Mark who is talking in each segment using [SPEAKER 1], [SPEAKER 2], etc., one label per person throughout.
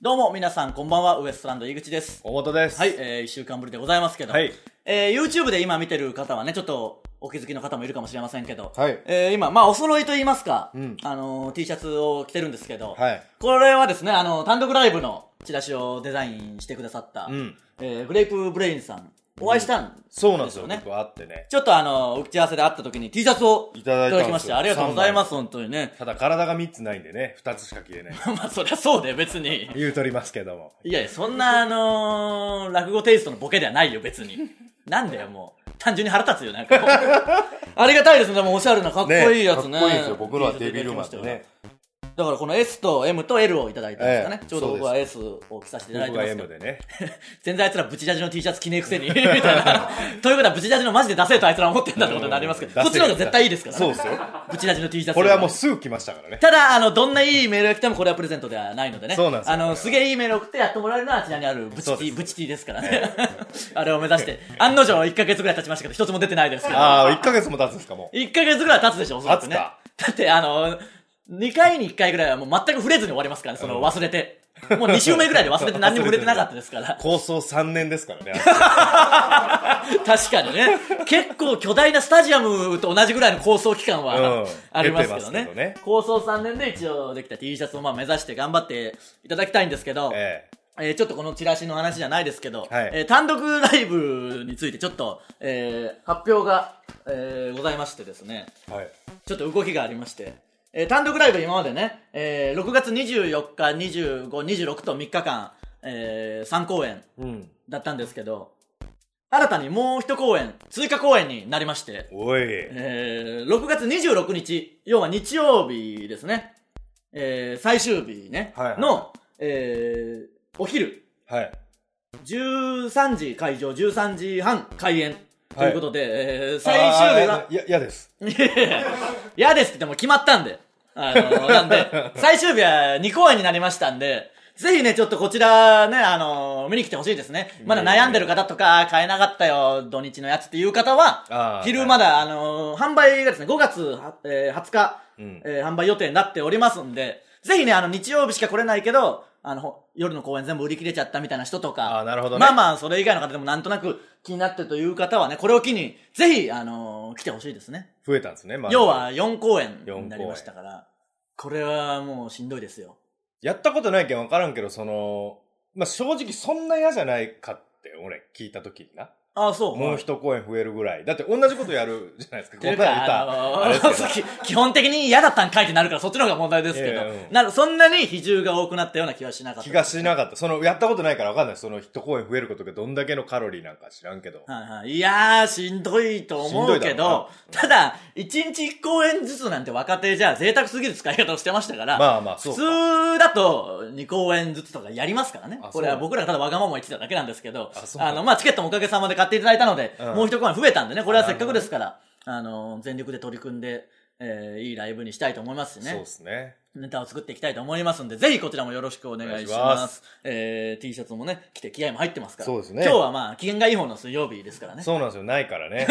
[SPEAKER 1] どうも皆さんこんばんは、ウエストランド井口です。
[SPEAKER 2] 大本です。
[SPEAKER 1] はい、えー、1週間ぶりでございますけど、
[SPEAKER 2] はい
[SPEAKER 1] えー、YouTube で今見てる方はね、ちょっとお気づきの方もいるかもしれませんけど、
[SPEAKER 2] はい
[SPEAKER 1] えー、今、まあお揃いと言いますか、
[SPEAKER 2] うん
[SPEAKER 1] あのー、T シャツを着てるんですけど、
[SPEAKER 2] はい。
[SPEAKER 1] これはですね、あの、単独ライブのチラシをデザインしてくださった、
[SPEAKER 2] うん
[SPEAKER 1] えー、グレープブレインさん、お会いしたんですよね。
[SPEAKER 2] そうなんですよ。僕は会ってね。
[SPEAKER 1] ちょっとあの、打ち合わせで会った時に T シャツを
[SPEAKER 2] いただいたんです
[SPEAKER 1] き
[SPEAKER 2] よ
[SPEAKER 1] まして、ありがとうございます、本当にね。
[SPEAKER 2] ただ体が3つないんでね、2つしか着れない。
[SPEAKER 1] まあそりゃそうだよ、別に。
[SPEAKER 2] 言うとりますけども。
[SPEAKER 1] いやいや、そんなあのー、落語テイストのボケではないよ、別に。なんだよ、もう。単純に腹立つよ、なん かもう。ありがたいですね、でもおしゃれな、かっこいいやつね。
[SPEAKER 2] かっこいいですよ。僕らはデビルマ
[SPEAKER 1] T シャツいただき
[SPEAKER 2] ンで
[SPEAKER 1] ましたよ
[SPEAKER 2] ね。
[SPEAKER 1] だからこの S と M と L をいただいたんですかね。
[SPEAKER 2] ええ
[SPEAKER 1] ちょうど僕は S を着させていただい
[SPEAKER 2] 僕
[SPEAKER 1] て
[SPEAKER 2] が
[SPEAKER 1] ますけ
[SPEAKER 2] M
[SPEAKER 1] ど。
[SPEAKER 2] でね。
[SPEAKER 1] 全然あいつらブチジャジの T シャツ着ねえくせに、みた い な。ということはブチジャジのマジで出せとあいつら思ってんだってことになりますけど、
[SPEAKER 2] うん
[SPEAKER 1] そっちの方が絶対いいですからね。
[SPEAKER 2] そうですよ。
[SPEAKER 1] ブチラジの T シャツ。
[SPEAKER 2] これはもうすぐ来ましたからね。
[SPEAKER 1] ただ、あの、どんないいメールが来てもこれはプレゼントではないのでね。
[SPEAKER 2] そうなんですよ
[SPEAKER 1] あの、すげえいいメール送ってやってもらえるのはあちらにあるブチ
[SPEAKER 2] そう
[SPEAKER 1] テ
[SPEAKER 2] で
[SPEAKER 1] ィ、
[SPEAKER 2] す
[SPEAKER 1] ブチティですからね。 あれを目指して。案の定1ヶ月ぐらい経ちましたけど、一つも出てないですけど。
[SPEAKER 2] ああ、1ヶ月も経つんですか、も
[SPEAKER 1] 1ヶ月ぐらい経つでしょ、おそらくね。
[SPEAKER 2] 経
[SPEAKER 1] だって、あの、2回に1回ぐらいはもう全く触れずに終わりますからね、その忘れて。もう2週目ぐらいで忘れて何にも触れてなかったですから
[SPEAKER 2] う。。構想3年ですからね。
[SPEAKER 1] 確かにね。結構巨大なスタジアムと同じぐらいの構想期間
[SPEAKER 2] う
[SPEAKER 1] は
[SPEAKER 2] ん
[SPEAKER 1] ありますけど
[SPEAKER 2] 出てますけ
[SPEAKER 1] ね
[SPEAKER 2] ど。ね
[SPEAKER 1] 構想3年で一応できた T シャツをまあ目指して頑張っていただきたいんですけど、え
[SPEAKER 2] え
[SPEAKER 1] ーちょっとこのチラシの話じゃないですけど、
[SPEAKER 2] はい
[SPEAKER 1] えー単独ライブについてちょっと、えー発表が、えーございましてですね、
[SPEAKER 2] え。はい。
[SPEAKER 1] ちょっと動きがありまして、えー単独ライブ今までね、えー6月24日、25、26と3日間、え3公演
[SPEAKER 2] うん。
[SPEAKER 1] だったんですけど、新たにもう一公演、追加公演になりまして、
[SPEAKER 2] おい。
[SPEAKER 1] えー、6月26日、要は日曜日ですね、えー、最終日ね、
[SPEAKER 2] はいはい
[SPEAKER 1] の、えー、お昼、
[SPEAKER 2] はい。
[SPEAKER 1] 13時会場、13時半開演ということで、えー、最終日
[SPEAKER 2] あ
[SPEAKER 1] は
[SPEAKER 2] ー、いや、嫌です。
[SPEAKER 1] 嫌ですって言っても決まったんで、あの、なん で、最終日は2公演になりましたんで、ぜひね、ちょっとこちらね、あの、見に来てほしいですね。まだ悩んでる方とか、買えなかったよ、土日のやつっていう方は
[SPEAKER 2] あ、ー
[SPEAKER 1] 昼まだ、あの、販売がですね、5月は、えー20日、
[SPEAKER 2] うん
[SPEAKER 1] えー販売予定になっておりますんで、ぜひね、あの、日曜日しか来れないけど、あの、ほ夜の公演全部売り切れちゃったみたいな人とか、
[SPEAKER 2] あーなるほどね
[SPEAKER 1] まあまあ、それ以外の方でもなんとなく気になってるという方はね、これを機に、ぜひ、あの、来てほしいですね。
[SPEAKER 2] 増えたんですね、まあ
[SPEAKER 1] 要は。4公演になりましたから、これはもうしんどいですよ。
[SPEAKER 2] やったことないけん分からんけど、その、まあ正直そんな嫌じゃないかって、俺聞いた時にな。
[SPEAKER 1] ああ、そう。
[SPEAKER 2] もう
[SPEAKER 1] 一
[SPEAKER 2] 一公演増えるぐらい。だって同じことやるじゃないです か。
[SPEAKER 1] という
[SPEAKER 2] こんなん言
[SPEAKER 1] か、
[SPEAKER 2] った
[SPEAKER 1] あ
[SPEAKER 2] ら
[SPEAKER 1] の
[SPEAKER 2] あれ ですけど
[SPEAKER 1] ー基本的に嫌だったんかいってなるから、そっちの方が問題ですけ
[SPEAKER 2] い
[SPEAKER 1] ど
[SPEAKER 2] やいやう、ん
[SPEAKER 1] なるそんなに比重が多くなったような気はしなかった。
[SPEAKER 2] 気がしなかった。その、やったことないから分かんない。その一公演増えることがどんだけのカロリーなんか知らんけど。
[SPEAKER 1] はいはい。いやー、しんどいと思う
[SPEAKER 2] し
[SPEAKER 1] け
[SPEAKER 2] んどいだろ
[SPEAKER 1] ど、ただ、1日1公演ずつなんて若手じゃ贅沢すぎる使い方をしてましたから、
[SPEAKER 2] まあまあ、そ
[SPEAKER 1] 普
[SPEAKER 2] う
[SPEAKER 1] 通
[SPEAKER 2] か。
[SPEAKER 1] だと2公演ずつとかやりますからね
[SPEAKER 2] あ。そう
[SPEAKER 1] これは僕らがただわがまま言ってただけなんですけど
[SPEAKER 2] あ、そう
[SPEAKER 1] あの、まあ、チケットもおかげさまで買っていただいたので、
[SPEAKER 2] うん
[SPEAKER 1] もう一公演増えたんでね、これはせっかくですから、あの、全力で取り組んで、えーいいライブにしたいと思いますし
[SPEAKER 2] そう
[SPEAKER 1] ね
[SPEAKER 2] で。すね。
[SPEAKER 1] ネタを作っていきたいと思いますんで、ぜひこちらもよろしくお願いし
[SPEAKER 2] お願
[SPEAKER 1] ま。
[SPEAKER 2] いします
[SPEAKER 1] えー、T シャツもね、着て気合も入ってますから。
[SPEAKER 2] そうですね
[SPEAKER 1] 今日はまあ、機嫌がいい方の水曜日ですからね。
[SPEAKER 2] そうなんですよ。ないか らね。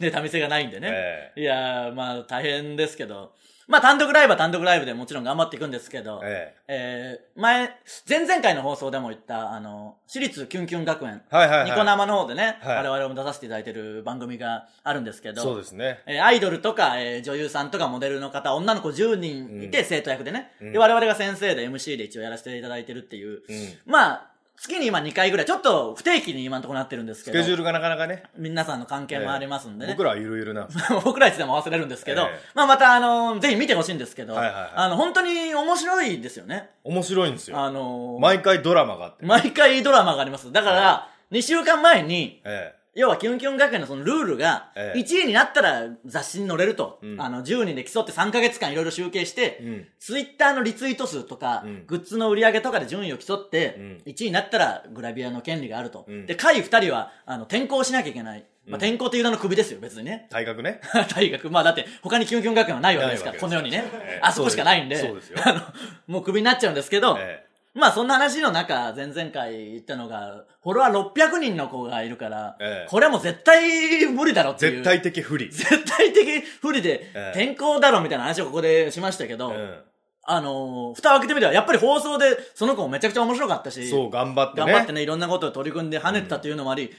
[SPEAKER 1] ネタ見せがないんでね。
[SPEAKER 2] え
[SPEAKER 1] いやー、まあ、大変ですけど。まあ、単独ライブは単独ライブでもちろん頑張っていくんですけど、
[SPEAKER 2] え
[SPEAKER 1] えー前、前々回の放送でも言った、あの、私立キュンキュン学園、
[SPEAKER 2] えはいはいはい。
[SPEAKER 1] ニコ生の方でね、
[SPEAKER 2] はい
[SPEAKER 1] 我々も出させていただいてる番組があるんですけど、
[SPEAKER 2] そうですね。
[SPEAKER 1] えーアイドルとか、えー女優さんとかモデルの方、女の子10人いて、
[SPEAKER 2] うん
[SPEAKER 1] 生徒役でね、
[SPEAKER 2] うん
[SPEAKER 1] で、我々が先生で MC で一応やらせていただいてるっていう、
[SPEAKER 2] うん。
[SPEAKER 1] まあ、月に今2回ぐらい、ちょっと不定期に今のところなってるんですけ
[SPEAKER 2] ス
[SPEAKER 1] ど
[SPEAKER 2] ケ、ジュールがなかなかね。
[SPEAKER 1] 皆さんの関係もありますんでね。
[SPEAKER 2] 僕らはゆるゆるなんですよ。
[SPEAKER 1] 僕らいつでも忘れるんですけど、
[SPEAKER 2] ええ
[SPEAKER 1] まあまたあのぜひ見てほしいんですけど、
[SPEAKER 2] はいはいはい
[SPEAKER 1] あの本当に面白いですよね。
[SPEAKER 2] 面白いんですよ。
[SPEAKER 1] あの毎
[SPEAKER 2] 毎回ドラマがあって。
[SPEAKER 1] 回ドラマがあります。だから、2週間前に、
[SPEAKER 2] え
[SPEAKER 1] 要はキュンキュン学園のそのルールが、
[SPEAKER 2] え
[SPEAKER 1] 1
[SPEAKER 2] え
[SPEAKER 1] 位になったら雑誌に載れると、
[SPEAKER 2] うん
[SPEAKER 1] あの10人で競って3ヶ月間いろいろ集計して、
[SPEAKER 2] え。うん。
[SPEAKER 1] ツイッターのリツイート数とか、
[SPEAKER 2] うん
[SPEAKER 1] グッズの売り上げとかで順位を競って、
[SPEAKER 2] うん
[SPEAKER 1] 1位になったらグラビアの権利があると。
[SPEAKER 2] うん
[SPEAKER 1] で、下位2人は、あの、転校しなきゃいけない。まあ、転校という名の首ですよ、別にね。
[SPEAKER 2] 体格ね。
[SPEAKER 1] 大学、まあだって他にキュンキュン学園はないわけですから、
[SPEAKER 2] ない
[SPEAKER 1] こ
[SPEAKER 2] わ
[SPEAKER 1] の
[SPEAKER 2] け
[SPEAKER 1] よう
[SPEAKER 2] で
[SPEAKER 1] に
[SPEAKER 2] すよ
[SPEAKER 1] ね
[SPEAKER 2] ええ、
[SPEAKER 1] あそこしかないんで、
[SPEAKER 2] そうですよ
[SPEAKER 1] あの、もうクビになっちゃうんですけど、
[SPEAKER 2] え
[SPEAKER 1] まあそんな話の中、前々回言ったのが、フォロワー600人の子がいるから、
[SPEAKER 2] ええ
[SPEAKER 1] これはもう絶対無理だろっ
[SPEAKER 2] え。
[SPEAKER 1] てい
[SPEAKER 2] 絶
[SPEAKER 1] う。
[SPEAKER 2] 対的不利。
[SPEAKER 1] 絶対的不利で
[SPEAKER 2] ええ
[SPEAKER 1] 転校だろみたいな話をここでしましたけど、
[SPEAKER 2] うん。
[SPEAKER 1] あのー、蓋を開けてみれば、やっぱり放送で、その子もめちゃくちゃ面白かったし、
[SPEAKER 2] そう、頑張ってね。
[SPEAKER 1] 頑張ってね、いろんなことを取り組んで跳ねてたというのもあり、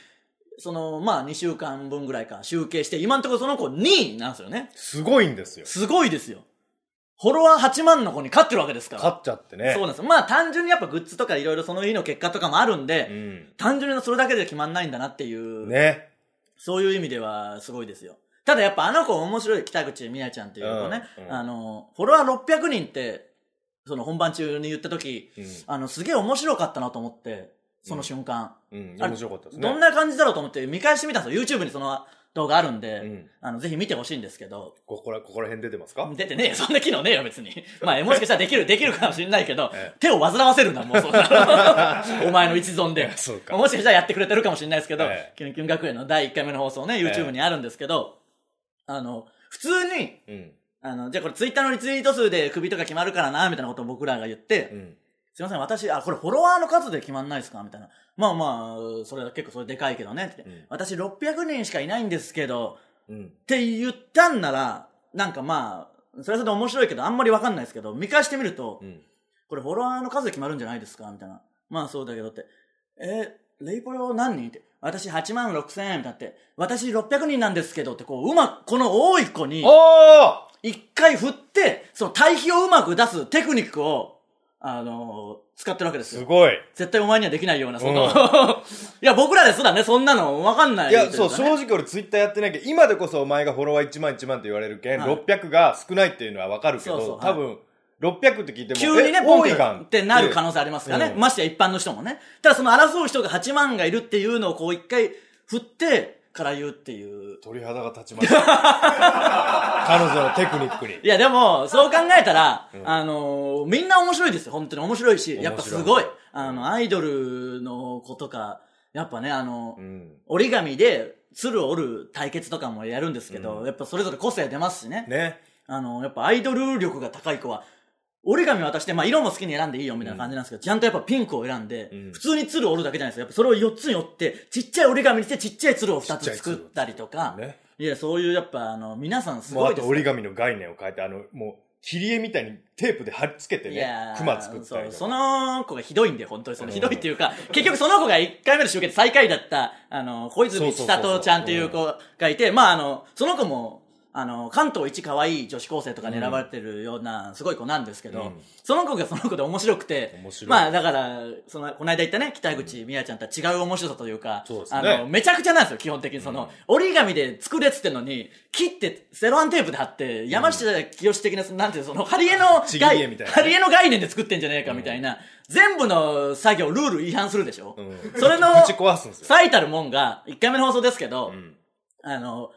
[SPEAKER 1] その、まあ、2週間分ぐらいか、集計して、今のところその子2位なんですよね。
[SPEAKER 2] すごいんですよ。
[SPEAKER 1] すごいですよ。フォロワー8万の子に勝ってるわけですから。
[SPEAKER 2] 勝っちゃってね。
[SPEAKER 1] そうなんです。まあ、単純にやっぱグッズとかいろいろその日の結果とかもあるんで、
[SPEAKER 2] うん。
[SPEAKER 1] 単純にそれだけで決まんないんだなっていう、
[SPEAKER 2] ね。
[SPEAKER 1] そういう意味ではすごいですよ。ただやっぱあの子面白い北口美奈ちゃんっていう子ね、
[SPEAKER 2] うんうん
[SPEAKER 1] あの、フォロワー600人って、その本番中に言った時、
[SPEAKER 2] うん
[SPEAKER 1] あの、すげえ面白かったなと思って、その瞬間。
[SPEAKER 2] うん。
[SPEAKER 1] あれ
[SPEAKER 2] 面白かったですね。
[SPEAKER 1] どんな感じだろうと思って見返してみたんですよ。YouTube にその動画あるんで、
[SPEAKER 2] うん
[SPEAKER 1] あの、ぜひ見てほしいんですけど、
[SPEAKER 2] ここら、ここら辺出てますか
[SPEAKER 1] 出てねえよ。 そんな機能ねえよ、別に。まあ、もしかしたらで きる、できるかもしれないけど
[SPEAKER 2] え、
[SPEAKER 1] 手を煩わせるな、もうそん な。お前の一存で。
[SPEAKER 2] そうか
[SPEAKER 1] もしかしたらやってくれてるかもしれないですけど
[SPEAKER 2] ええ、
[SPEAKER 1] キュンキュン学園の第1回目の放送ね、YouTube にあるんですけど、あの、普通に、
[SPEAKER 2] うん。
[SPEAKER 1] あの、じゃあこれツイッターのリツイート数で首とか決まるからな、みたいなことを僕らが言って、
[SPEAKER 2] うん。
[SPEAKER 1] すいません、私、あ、これフォロワーの数で決まんないですかみたいな。まあまあ、それは結構それでかいけどね、って
[SPEAKER 2] うん
[SPEAKER 1] 私600人しかいないんですけど、
[SPEAKER 2] うん。
[SPEAKER 1] って言ったんなら、なんかまあ、それはそれで面白いけど、あんまりわかんないですけど、見返してみると、
[SPEAKER 2] うん。
[SPEAKER 1] これフォロワーの数で決まるんじゃないですかみたいな。まあそうだけどって。えー、レイポヨ何人って。私8万6千円だって。私600人なんですけどって、こう、うまく、この多い子に、
[SPEAKER 2] お
[SPEAKER 1] 一回振って、その対比をうまく出すテクニックを、あのー使ってるわけです
[SPEAKER 2] す
[SPEAKER 1] よ。
[SPEAKER 2] ごい。
[SPEAKER 1] 絶対お前にはできないような、その、
[SPEAKER 2] うん
[SPEAKER 1] いや、僕らですらね、そんなのわかんない
[SPEAKER 2] いや、そう、
[SPEAKER 1] といか
[SPEAKER 2] 正
[SPEAKER 1] ね
[SPEAKER 2] 直俺ツイッターやってないけど、今でこそお前がフォロワー1万1万って言われるけん、
[SPEAKER 1] はい
[SPEAKER 2] 600が少ないっていうのはわかるけど、
[SPEAKER 1] そうそうはい
[SPEAKER 2] 多分、600って聞いても、
[SPEAKER 1] 急にね、
[SPEAKER 2] え
[SPEAKER 1] ポン
[SPEAKER 2] 多いがん
[SPEAKER 1] ってなる可能性ありますからね。
[SPEAKER 2] うん
[SPEAKER 1] ましてや一般の人もね。ただその争う人が8万がいるっていうのをこう一回振ってから言うっていう。
[SPEAKER 2] 鳥肌が立ちま した。彼女のテクニックに。
[SPEAKER 1] いやでも、そう考えたら、あのーみんな面白いですよ。本当に面白いし、やっぱすごい
[SPEAKER 2] 面白い。
[SPEAKER 1] あの、アイドルの子とか、やっぱね、あの、
[SPEAKER 2] うん。
[SPEAKER 1] 折り紙で、鶴を折る対決とかもやるんですけど、やっぱそれぞれ個性出ますしね。
[SPEAKER 2] ね。
[SPEAKER 1] あの、やっぱアイドル力が高い子は、折り紙渡して、まあ、色も好きに選んでいいよみたいな感じなんですけど、ちゃんとやっぱピンクを選んで、
[SPEAKER 2] うん
[SPEAKER 1] 普通に鶴を折るだけじゃないですよ。やっぱそれを4つに折って、ちっちゃい折り紙にして、ちっちゃい鶴を2
[SPEAKER 2] ちっちゃ
[SPEAKER 1] つ
[SPEAKER 2] い鶴
[SPEAKER 1] 作ったりとか、
[SPEAKER 2] ね。
[SPEAKER 1] いや、そういうやっぱ、あの、皆さんす
[SPEAKER 2] もう
[SPEAKER 1] ご
[SPEAKER 2] あ
[SPEAKER 1] いで
[SPEAKER 2] と
[SPEAKER 1] す
[SPEAKER 2] 折り紙の概念を変えて、あの、もう、切り絵みたいにテープで貼り付けて
[SPEAKER 1] いや
[SPEAKER 2] ね、
[SPEAKER 1] ー
[SPEAKER 2] クマ作ったり
[SPEAKER 1] そう
[SPEAKER 2] と
[SPEAKER 1] そ
[SPEAKER 2] か。
[SPEAKER 1] の子がひどいんで、本当に。その
[SPEAKER 2] うん
[SPEAKER 1] ひどいっていうか、結局その子が1回目の集結最下位だった、あの、小泉千里ちゃんっていう子がいて、まああの、その子も、あの、関東一可愛い女子高生とかに選ばれてるような、すごい子なんですけど、
[SPEAKER 2] うん
[SPEAKER 1] その子がその子で面白くて、
[SPEAKER 2] 面白い
[SPEAKER 1] まあだから、その、この間言ったね、北口美也ちゃんとは違う面白さというか、
[SPEAKER 2] そうです
[SPEAKER 1] あ
[SPEAKER 2] ね
[SPEAKER 1] の、めちゃくちゃなんですよ、基本的に。その、折り紙で作れっつってんのに、切って、セロハンテープで貼って、山下清的な、なんていうの、その、貼り絵の
[SPEAKER 2] ちぎり絵みたいなね
[SPEAKER 1] 貼り絵の概念で作ってんじゃねえかみたいな、全部の作業、ルール違反するでしょ、
[SPEAKER 2] うん
[SPEAKER 1] それの
[SPEAKER 2] ぶち壊すんですよ。
[SPEAKER 1] 最たるもんが、1回目の放送ですけど、
[SPEAKER 2] ん
[SPEAKER 1] あの、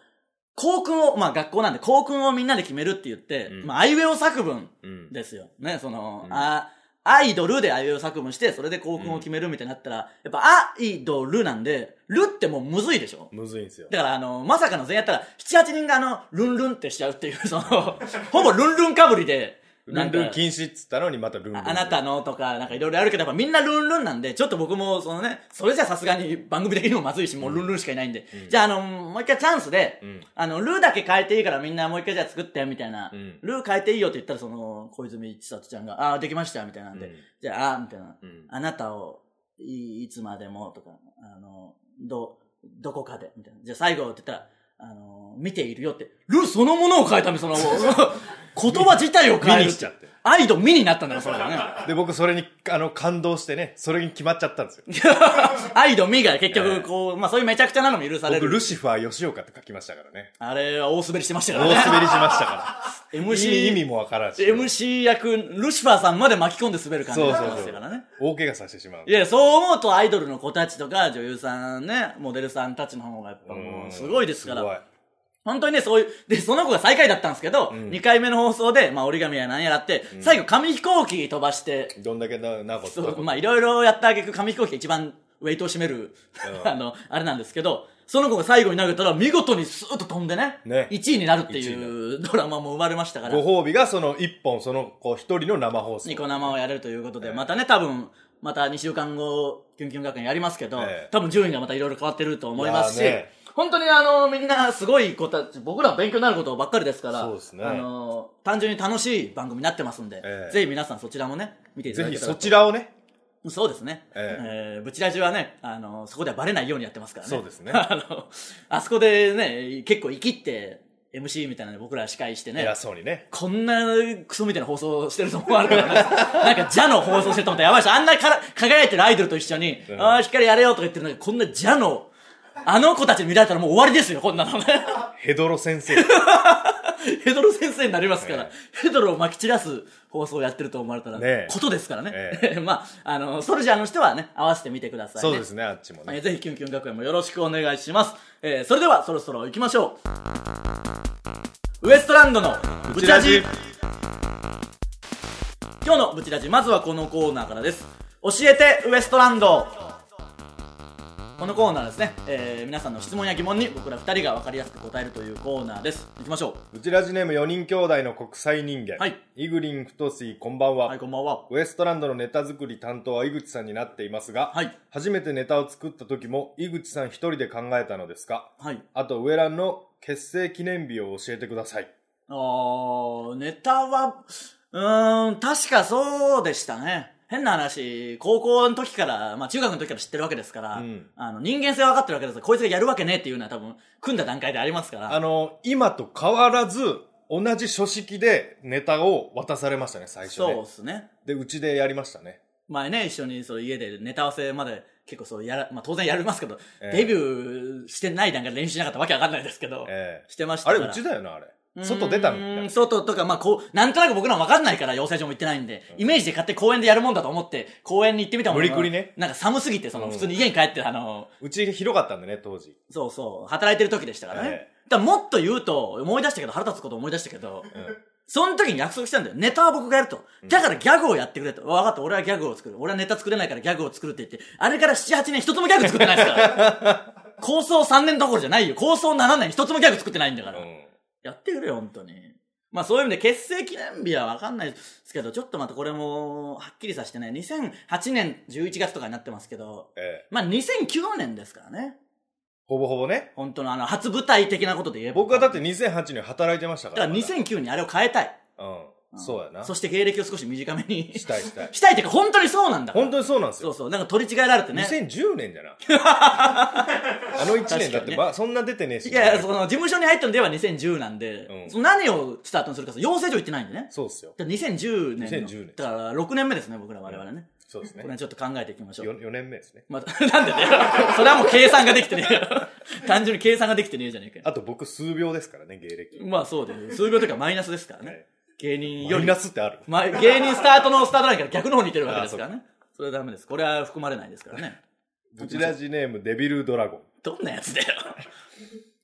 [SPEAKER 1] 校訓を、まあ学校なんで校訓をみんなで決めるって言って、
[SPEAKER 2] うん
[SPEAKER 1] まあ、あいうえお作文
[SPEAKER 2] うん。
[SPEAKER 1] ですよ。ね、その、あ、アイドルであいうえお作文して、それで校訓を決めるみたいになったら、やっぱアイドルなんで、ルってもうむずいでしょ
[SPEAKER 2] むずいんですよ。
[SPEAKER 1] だから、あの、まさかの全員やったら、7、8人があの、ルンルンってしちゃうっていう、その、ほぼルンルンかぶりで、
[SPEAKER 2] ル
[SPEAKER 1] なん
[SPEAKER 2] ン
[SPEAKER 1] か
[SPEAKER 2] ルン禁止っつったのに、またルンルン。
[SPEAKER 1] ああなたのとか、なんかいろいろあるけど、やっぱみんなルンルンなんで、ちょっと僕も、そのね、それじゃさすがに番組的にもまずいし、もうルンルンしかいないんで、じゃあ、あの、もう一回チャンスで、
[SPEAKER 2] うん
[SPEAKER 1] あの、ルーだけ変えていいからみんなもう一回じゃあ作って、みたいな、
[SPEAKER 2] うん
[SPEAKER 1] ルー変えていいよって言ったら、その、小泉千里ちゃんが、ああ、できました、みたいなんで、
[SPEAKER 2] うん
[SPEAKER 1] じゃあ、あーみたいな、
[SPEAKER 2] うん
[SPEAKER 1] あなたをい、いつまでも、とか、あの、ど、どこかで、みたいな。じゃあ最後って言ったら、あの、見ているよって、ルーそのものを変えたみ、 その、言葉自体を変える。
[SPEAKER 2] 見にしちゃって。
[SPEAKER 1] アイド見になったんだから、それ はね。
[SPEAKER 2] で、僕それに、あの、感動してね、それに決まっちゃったんですよ。
[SPEAKER 1] アイドミが結局、こう、まあそういうめちゃくちゃなのも許され
[SPEAKER 2] 僕、
[SPEAKER 1] る。
[SPEAKER 2] ルシファー吉岡って書きましたからね。
[SPEAKER 1] あれは大滑りしてましたか
[SPEAKER 2] 大
[SPEAKER 1] らね。
[SPEAKER 2] 滑りしましたから。
[SPEAKER 1] MC、
[SPEAKER 2] 意味もわからんし。
[SPEAKER 1] MC 役、ルシファーさんまで巻き込んで滑る感じに
[SPEAKER 2] そう
[SPEAKER 1] な
[SPEAKER 2] そ
[SPEAKER 1] り
[SPEAKER 2] う
[SPEAKER 1] まし
[SPEAKER 2] そ
[SPEAKER 1] たからね
[SPEAKER 2] う。。大怪我させてしまう
[SPEAKER 1] い。や、そう思うとアイドルの子たちとか、女優さんね、モデルさんたちの方がやっぱもうすごいですか
[SPEAKER 2] す
[SPEAKER 1] ら
[SPEAKER 2] ご。い
[SPEAKER 1] 本当にね、そういう、で、その子が最下位だったんですけど、
[SPEAKER 2] ん
[SPEAKER 1] 2回目の放送で、まあ折り紙やなんやらって、最後紙飛行機飛ばして、
[SPEAKER 2] どんだけな、なこと
[SPEAKER 1] そう、まあいろいろやったあげく紙飛行機が一番ウェイトを占める、
[SPEAKER 2] うん
[SPEAKER 1] あの、あれなんですけど、その子が最後に投げたら見事にスーッと飛んでね、
[SPEAKER 2] ね
[SPEAKER 1] 1位になるって
[SPEAKER 2] 一位
[SPEAKER 1] いうドラマも生まれましたから、
[SPEAKER 2] ご褒美がその一本、その子一人の生放送。
[SPEAKER 1] ニコ生をやれるということで、
[SPEAKER 2] ええ
[SPEAKER 1] またね、多分、また2週間後、キュンキュン学園やりますけど、
[SPEAKER 2] ええ
[SPEAKER 1] 多分順位がまたいろいろ変わってると思いますし、
[SPEAKER 2] いやーね
[SPEAKER 1] 本当にあの、みんなすごい子たち、僕ら勉強になることばっかりですから、
[SPEAKER 2] そうですね
[SPEAKER 1] あの、単純に楽しい番組になってますんで、
[SPEAKER 2] ええ
[SPEAKER 1] ぜひ皆さんそちらもね、見ていた
[SPEAKER 2] ぜ
[SPEAKER 1] だけ
[SPEAKER 2] ひ
[SPEAKER 1] たら
[SPEAKER 2] そ
[SPEAKER 1] と
[SPEAKER 2] ちらをね。
[SPEAKER 1] そうですね。
[SPEAKER 2] え
[SPEAKER 1] えーブチラジはね、あの、そこではバレないようにやってますからね。
[SPEAKER 2] そうですね
[SPEAKER 1] あの、あそこでね、結構生きって、MC みたいなので僕ら司会してね
[SPEAKER 2] 偉、そうにね。
[SPEAKER 1] こんなクソみたいな放送してると思わな かったです。なんか邪の放送してると思ったらやばいし、あんなから輝いてるアイドルと一緒に、
[SPEAKER 2] うん
[SPEAKER 1] ああ、しっかりやれよとか言ってるのに、こんな邪の、あの子たちに見られたらもう終わりですよ、こんなのね。
[SPEAKER 2] ヘドロ先生。
[SPEAKER 1] ヘドロ先生になりますから、
[SPEAKER 2] え
[SPEAKER 1] ヘドロを撒き散らす放送をやってると思われたら、
[SPEAKER 2] ねえ
[SPEAKER 1] ことですからね。
[SPEAKER 2] え
[SPEAKER 1] まあ、あの、ソルジャーの人はね、合わせてみてくださいね。
[SPEAKER 2] そうですね、あっちも
[SPEAKER 1] えー
[SPEAKER 2] ね。
[SPEAKER 1] ぜひキュンキュン学園もよろしくお願いします。えーそれではそろそろ行きましょう。ウエストランドのブチラジ。今日のブチラジ、まずはこのコーナーからです。教えてウエストランドこのコーナーですね、えー皆さんの質問や疑問に僕ら2人が分かりやすく答えるというコーナーです。行きましょ
[SPEAKER 2] ブチラジネーム4人兄弟の国際人間。
[SPEAKER 1] はい
[SPEAKER 2] イグリン・フトスイ、こんばん
[SPEAKER 1] う。
[SPEAKER 2] は。
[SPEAKER 1] はい、こんばんは。
[SPEAKER 2] ウエストランドのネタ作り担当は井口さんになっていますが、
[SPEAKER 1] はい。
[SPEAKER 2] 初めてネタを作った時も井口さん一人で考えたのですか
[SPEAKER 1] はい。
[SPEAKER 2] あと、上欄の結成記念日を教えてください。
[SPEAKER 1] あー、ネタは、うーん、確かそうでしたね。変な話、高校の時から、まあ中学の時から知ってるわけですから、
[SPEAKER 2] うん
[SPEAKER 1] あの人間性は分かってるわけですから、こいつがやるわけねえっていうのは多分、組んだ段階でありますから。
[SPEAKER 2] あの、今と変わらず、同じ書式でネタを渡されましたね、最初ね。
[SPEAKER 1] そうですね。
[SPEAKER 2] で、うちでやりましたね。
[SPEAKER 1] 前ね、一緒にその家でネタ合わせまで結構そうやら、まあ 当然やりますけど、
[SPEAKER 2] ええ
[SPEAKER 1] デビューしてない段階で練習しなかったわけわかんないですけど、
[SPEAKER 2] ええ
[SPEAKER 1] してました
[SPEAKER 2] あ
[SPEAKER 1] か
[SPEAKER 2] れ、
[SPEAKER 1] ら。
[SPEAKER 2] うちだよな、あれ。外出たのみ
[SPEAKER 1] う
[SPEAKER 2] た
[SPEAKER 1] ー
[SPEAKER 2] い
[SPEAKER 1] ん外とか、まあ、こう、なんとなく僕らもわかんないから、養成所も行ってないんで、イメージで勝手に公園でやるもんだと思って、公園に行ってみたものの
[SPEAKER 2] 無理くりね
[SPEAKER 1] なんか寒すぎて、その、
[SPEAKER 2] うん
[SPEAKER 1] 普通に家に帰って、あの、
[SPEAKER 2] うち広かったんでね、当時。
[SPEAKER 1] そうそう、働いてる時でしたからね。
[SPEAKER 2] え
[SPEAKER 1] だからもっと言うと、思い出したけど、腹立つこと思い出したけど、
[SPEAKER 2] うん
[SPEAKER 1] その時に約束したんだよ。ネタは僕がやると。だからギャグをやってくれと。わかった、俺はギャグを作る。俺はネタ作れないからギャグを作るって言って、あれから7、8年一つもギャグ作ってないですから。 構想3年どころじゃないよ。構想7年一つもギャグ作ってないんだから。やってくれよ、本当に。まあそういう意味で結成記念日はわかんないですけど、ちょっとまたこれも、はっきりさせてね、2008年11月とかになってますけど、
[SPEAKER 2] ええ
[SPEAKER 1] まあ2009年ですからね。
[SPEAKER 2] ほぼほぼね。
[SPEAKER 1] 本当のあの、初舞台的なことで言えば。
[SPEAKER 2] 僕はだって2008年働いてました
[SPEAKER 1] だ
[SPEAKER 2] か。
[SPEAKER 1] からら2009にあれを変えたい。
[SPEAKER 2] まだうん。そうやな。
[SPEAKER 1] そ
[SPEAKER 2] し
[SPEAKER 1] して芸歴を少し短めに。
[SPEAKER 2] たいしたい。
[SPEAKER 1] したいっていうか、本当にそうなんだから。
[SPEAKER 2] 本当にそうなんです
[SPEAKER 1] そ
[SPEAKER 2] よ。
[SPEAKER 1] うそう。なんか取り違えられてね。
[SPEAKER 2] 2010 年じゃな。あの1年だ
[SPEAKER 1] 確
[SPEAKER 2] っ
[SPEAKER 1] かに
[SPEAKER 2] て
[SPEAKER 1] ね
[SPEAKER 2] ば、そんな出てねえし。
[SPEAKER 1] いやいや、その、事務所に入ったのでは2010なんで、
[SPEAKER 2] うん
[SPEAKER 1] その何をスタートにするか、その養成所行ってないんでね。
[SPEAKER 2] そうっすよ。
[SPEAKER 1] だから2010年の。
[SPEAKER 2] 2010年
[SPEAKER 1] だから6年目ですね、僕ら我々ね。
[SPEAKER 2] そうですね
[SPEAKER 1] これ。はちょっと考えていきましょう。
[SPEAKER 2] 4, 4年目ですね。
[SPEAKER 1] また、 なんでだよ。それはもう計算ができてねえよ。単純に計算ができてねえじゃねえかよ。
[SPEAKER 2] あと僕数秒ですからね、芸歴。
[SPEAKER 1] まあそうです。数秒というかマイナスですからね。
[SPEAKER 2] はい
[SPEAKER 1] 芸人よ
[SPEAKER 2] マイ
[SPEAKER 1] り
[SPEAKER 2] ナスってある
[SPEAKER 1] まあ、芸人スタートのスタートラインから逆の方に似てるわけですからね。それはダメです。これは含まれないですからね。
[SPEAKER 2] ブチラジネームデビルドラゴン。
[SPEAKER 1] どんなやつだよ。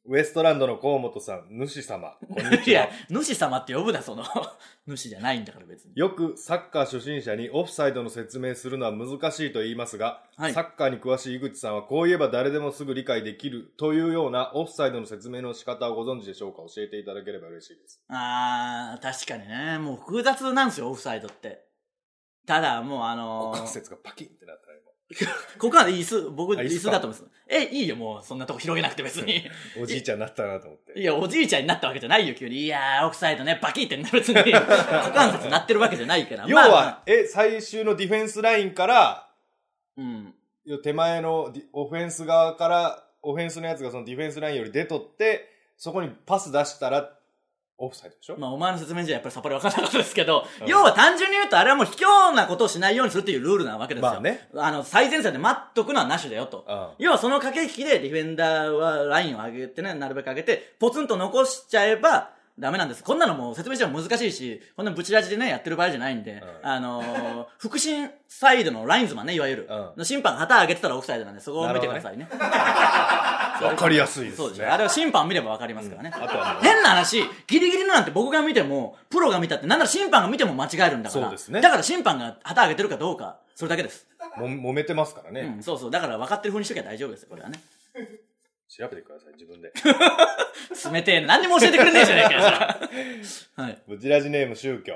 [SPEAKER 2] ウエストランドの河本さん、主様。こんに
[SPEAKER 1] い
[SPEAKER 2] ち
[SPEAKER 1] や
[SPEAKER 2] は。、
[SPEAKER 1] 主様って呼ぶな、その。 主じゃないんだから別に。
[SPEAKER 2] よくサッカー初心者にオフサイドの説明するのは難しいと言いますが、
[SPEAKER 1] はい
[SPEAKER 2] サッカーに詳しい井口さんはこう言えば誰でもすぐ理解できるというようなオフサイドの説明の仕方をご存知でしょうか教えていただければ嬉しいです。
[SPEAKER 1] あー、確かにね。もう複雑なんですよ、オフサイドって。ただ、もうあの
[SPEAKER 2] 股関
[SPEAKER 1] ー、
[SPEAKER 2] 節がパキンってなったら
[SPEAKER 1] ここは椅子、僕
[SPEAKER 2] あ椅
[SPEAKER 1] 椅
[SPEAKER 2] 子
[SPEAKER 1] 子だと思います。え、いいよ、もうそんなとこ広げなくて別に。
[SPEAKER 2] 今、おじいちゃんになったなと思っ て。
[SPEAKER 1] いや、おじいちゃんになったわけじゃないよ、急に。いやー、オフサイドね、バキってな、別に。 股関節なってるわけじゃないから。
[SPEAKER 2] 要は、
[SPEAKER 1] まあまあ
[SPEAKER 2] え、最終のディフェンスラインから、
[SPEAKER 1] うん。
[SPEAKER 2] 要は手前のディオフェンス側から、オフェンスのやつがそのディフェンスラインより出とって、そこにパス出したら、オフサイドでしょ、
[SPEAKER 1] まあ、お前の説明じゃやっぱりさっぱりわからなかったですけど、
[SPEAKER 2] うん
[SPEAKER 1] 要は単純に言うと、あれはもう卑怯なことをしないようにするっていうルールなわけですよ。
[SPEAKER 2] まあね
[SPEAKER 1] あの、最前線で待っとくのはなしだよと。
[SPEAKER 2] うん
[SPEAKER 1] 要はその駆け引きでディフェンダーはラインを上げてね、なるべく上げて、ポツンと残しちゃえば、ダメなんです。こんなのもう説明しても難しいし、こんなブチラジでね、やってる場合じゃないんで、
[SPEAKER 2] うん
[SPEAKER 1] あのー、腹心サイドのラインズマンね、いわゆる。
[SPEAKER 2] うん
[SPEAKER 1] の審判が旗上げてたらオフサイドなんで、そこを見てくださいね。
[SPEAKER 2] わかりやすいですね。
[SPEAKER 1] そうですね。あれは審判見ればわかりますからね。
[SPEAKER 2] あとはもう
[SPEAKER 1] 変な話、ギリギリのなんて僕が見ても、プロが見たって、なんなら審判が見ても間違えるんだから。
[SPEAKER 2] そうですね
[SPEAKER 1] だから審判が旗上げてるかどうか、それだけです。
[SPEAKER 2] も揉めてますからね、
[SPEAKER 1] うん、そうそう。だから分かってる風にしときゃ大丈夫ですよ、これはね。
[SPEAKER 2] 調べてください自分で
[SPEAKER 1] 冷てえな。何にも教えてくれねえじゃねえかよ、それははい。
[SPEAKER 2] ブチラジネーム宗教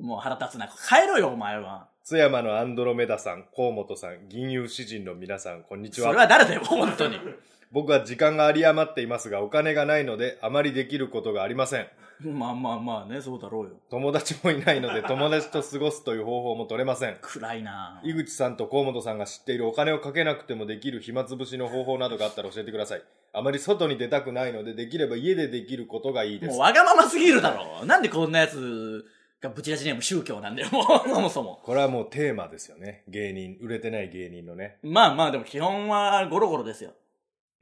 [SPEAKER 1] もう腹立つな。帰ろよ、お前は。
[SPEAKER 2] 津山のアンドロメダさん、河本さん、銀融詩人の皆さん、こんにち
[SPEAKER 1] そ
[SPEAKER 2] は
[SPEAKER 1] れ。は誰だよ、本当に。
[SPEAKER 2] 僕は時間が有り余っていますが、お金がないので、あまりできることがありません。
[SPEAKER 1] まあまあまあね、そうだろうよ。
[SPEAKER 2] 友達もいない ので、友達と過ごすという方法も取れません。
[SPEAKER 1] 暗いな
[SPEAKER 2] 井口さんと河本さんが知っているお金をかけなくてもできる暇つぶしの方法などがあったら教えてください。あまり外に出たくないので、できれば家でできることがいいで
[SPEAKER 1] もう
[SPEAKER 2] す。
[SPEAKER 1] わがまますぎるだろ。なんでこんなやつがぶち出しネーム宗教なんだよ、もう、そもそも。
[SPEAKER 2] これはもうテーマですよね。芸人、売れてない芸人のね。
[SPEAKER 1] まあまあ、でも基本はゴロゴロですよ。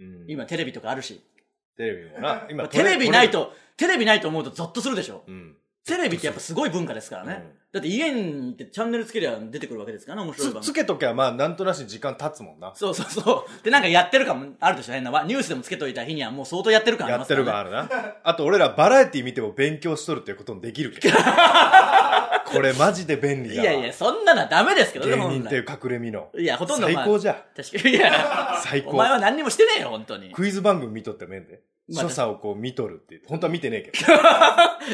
[SPEAKER 2] うん、
[SPEAKER 1] 今テレビとかあるし。
[SPEAKER 2] テレビもな。今
[SPEAKER 1] テレビない。と、テレビないと思うとゾッとするでしょ
[SPEAKER 2] こ。れうん。
[SPEAKER 1] テレビってやっぱすごい文化ですからね。だって家に行ってチャンネルつけりゃ出てくるわけですからね、面白い
[SPEAKER 2] つ
[SPEAKER 1] 番
[SPEAKER 2] つ
[SPEAKER 1] 組。
[SPEAKER 2] けときゃ、まあ、なんとなし時間経つもんな。
[SPEAKER 1] そうそうそう。で、なんかやってる感もあるでしょ、変な。ニュースでもつけといた日にはもう相当やってる感あり
[SPEAKER 2] や
[SPEAKER 1] ま
[SPEAKER 2] っ
[SPEAKER 1] すか
[SPEAKER 2] て
[SPEAKER 1] ら、ね。
[SPEAKER 2] るがあるな。あと、俺らバラエティ見ても勉強しとるっていうこともできる けど。これマジで便利だ
[SPEAKER 1] い
[SPEAKER 2] わ。
[SPEAKER 1] やいや、そんなのはダメですけどね、
[SPEAKER 2] 芸
[SPEAKER 1] ほん
[SPEAKER 2] 人
[SPEAKER 1] な
[SPEAKER 2] っていう隠れ身の。
[SPEAKER 1] いや、ほとんどお前
[SPEAKER 2] 最高じゃ。
[SPEAKER 1] 確かに。いや、
[SPEAKER 2] 最高
[SPEAKER 1] お前は何にもしてねえよ、本当に。
[SPEAKER 2] クイズ番組見とった面で。
[SPEAKER 1] まあ
[SPEAKER 2] 所作をこう見とるって言って本当は見てね えけど。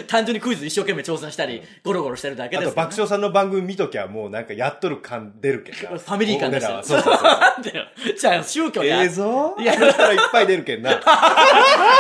[SPEAKER 1] 単純にクイズ一生懸命挑戦したり、ゴロゴロしてるだけ
[SPEAKER 2] あ
[SPEAKER 1] です
[SPEAKER 2] と
[SPEAKER 1] から
[SPEAKER 2] 爆笑さんの番組見ときゃもうなんかやっとる感出るけど
[SPEAKER 1] こ
[SPEAKER 2] な。
[SPEAKER 1] れファミリー感
[SPEAKER 2] 俺
[SPEAKER 1] 出して
[SPEAKER 2] ら
[SPEAKER 1] る。
[SPEAKER 2] は。そうそうそう。
[SPEAKER 1] なんだよ。じゃあ、宗教や。
[SPEAKER 2] 映像
[SPEAKER 1] い
[SPEAKER 2] い
[SPEAKER 1] や
[SPEAKER 2] や、そしたらいっぱい出るけんな。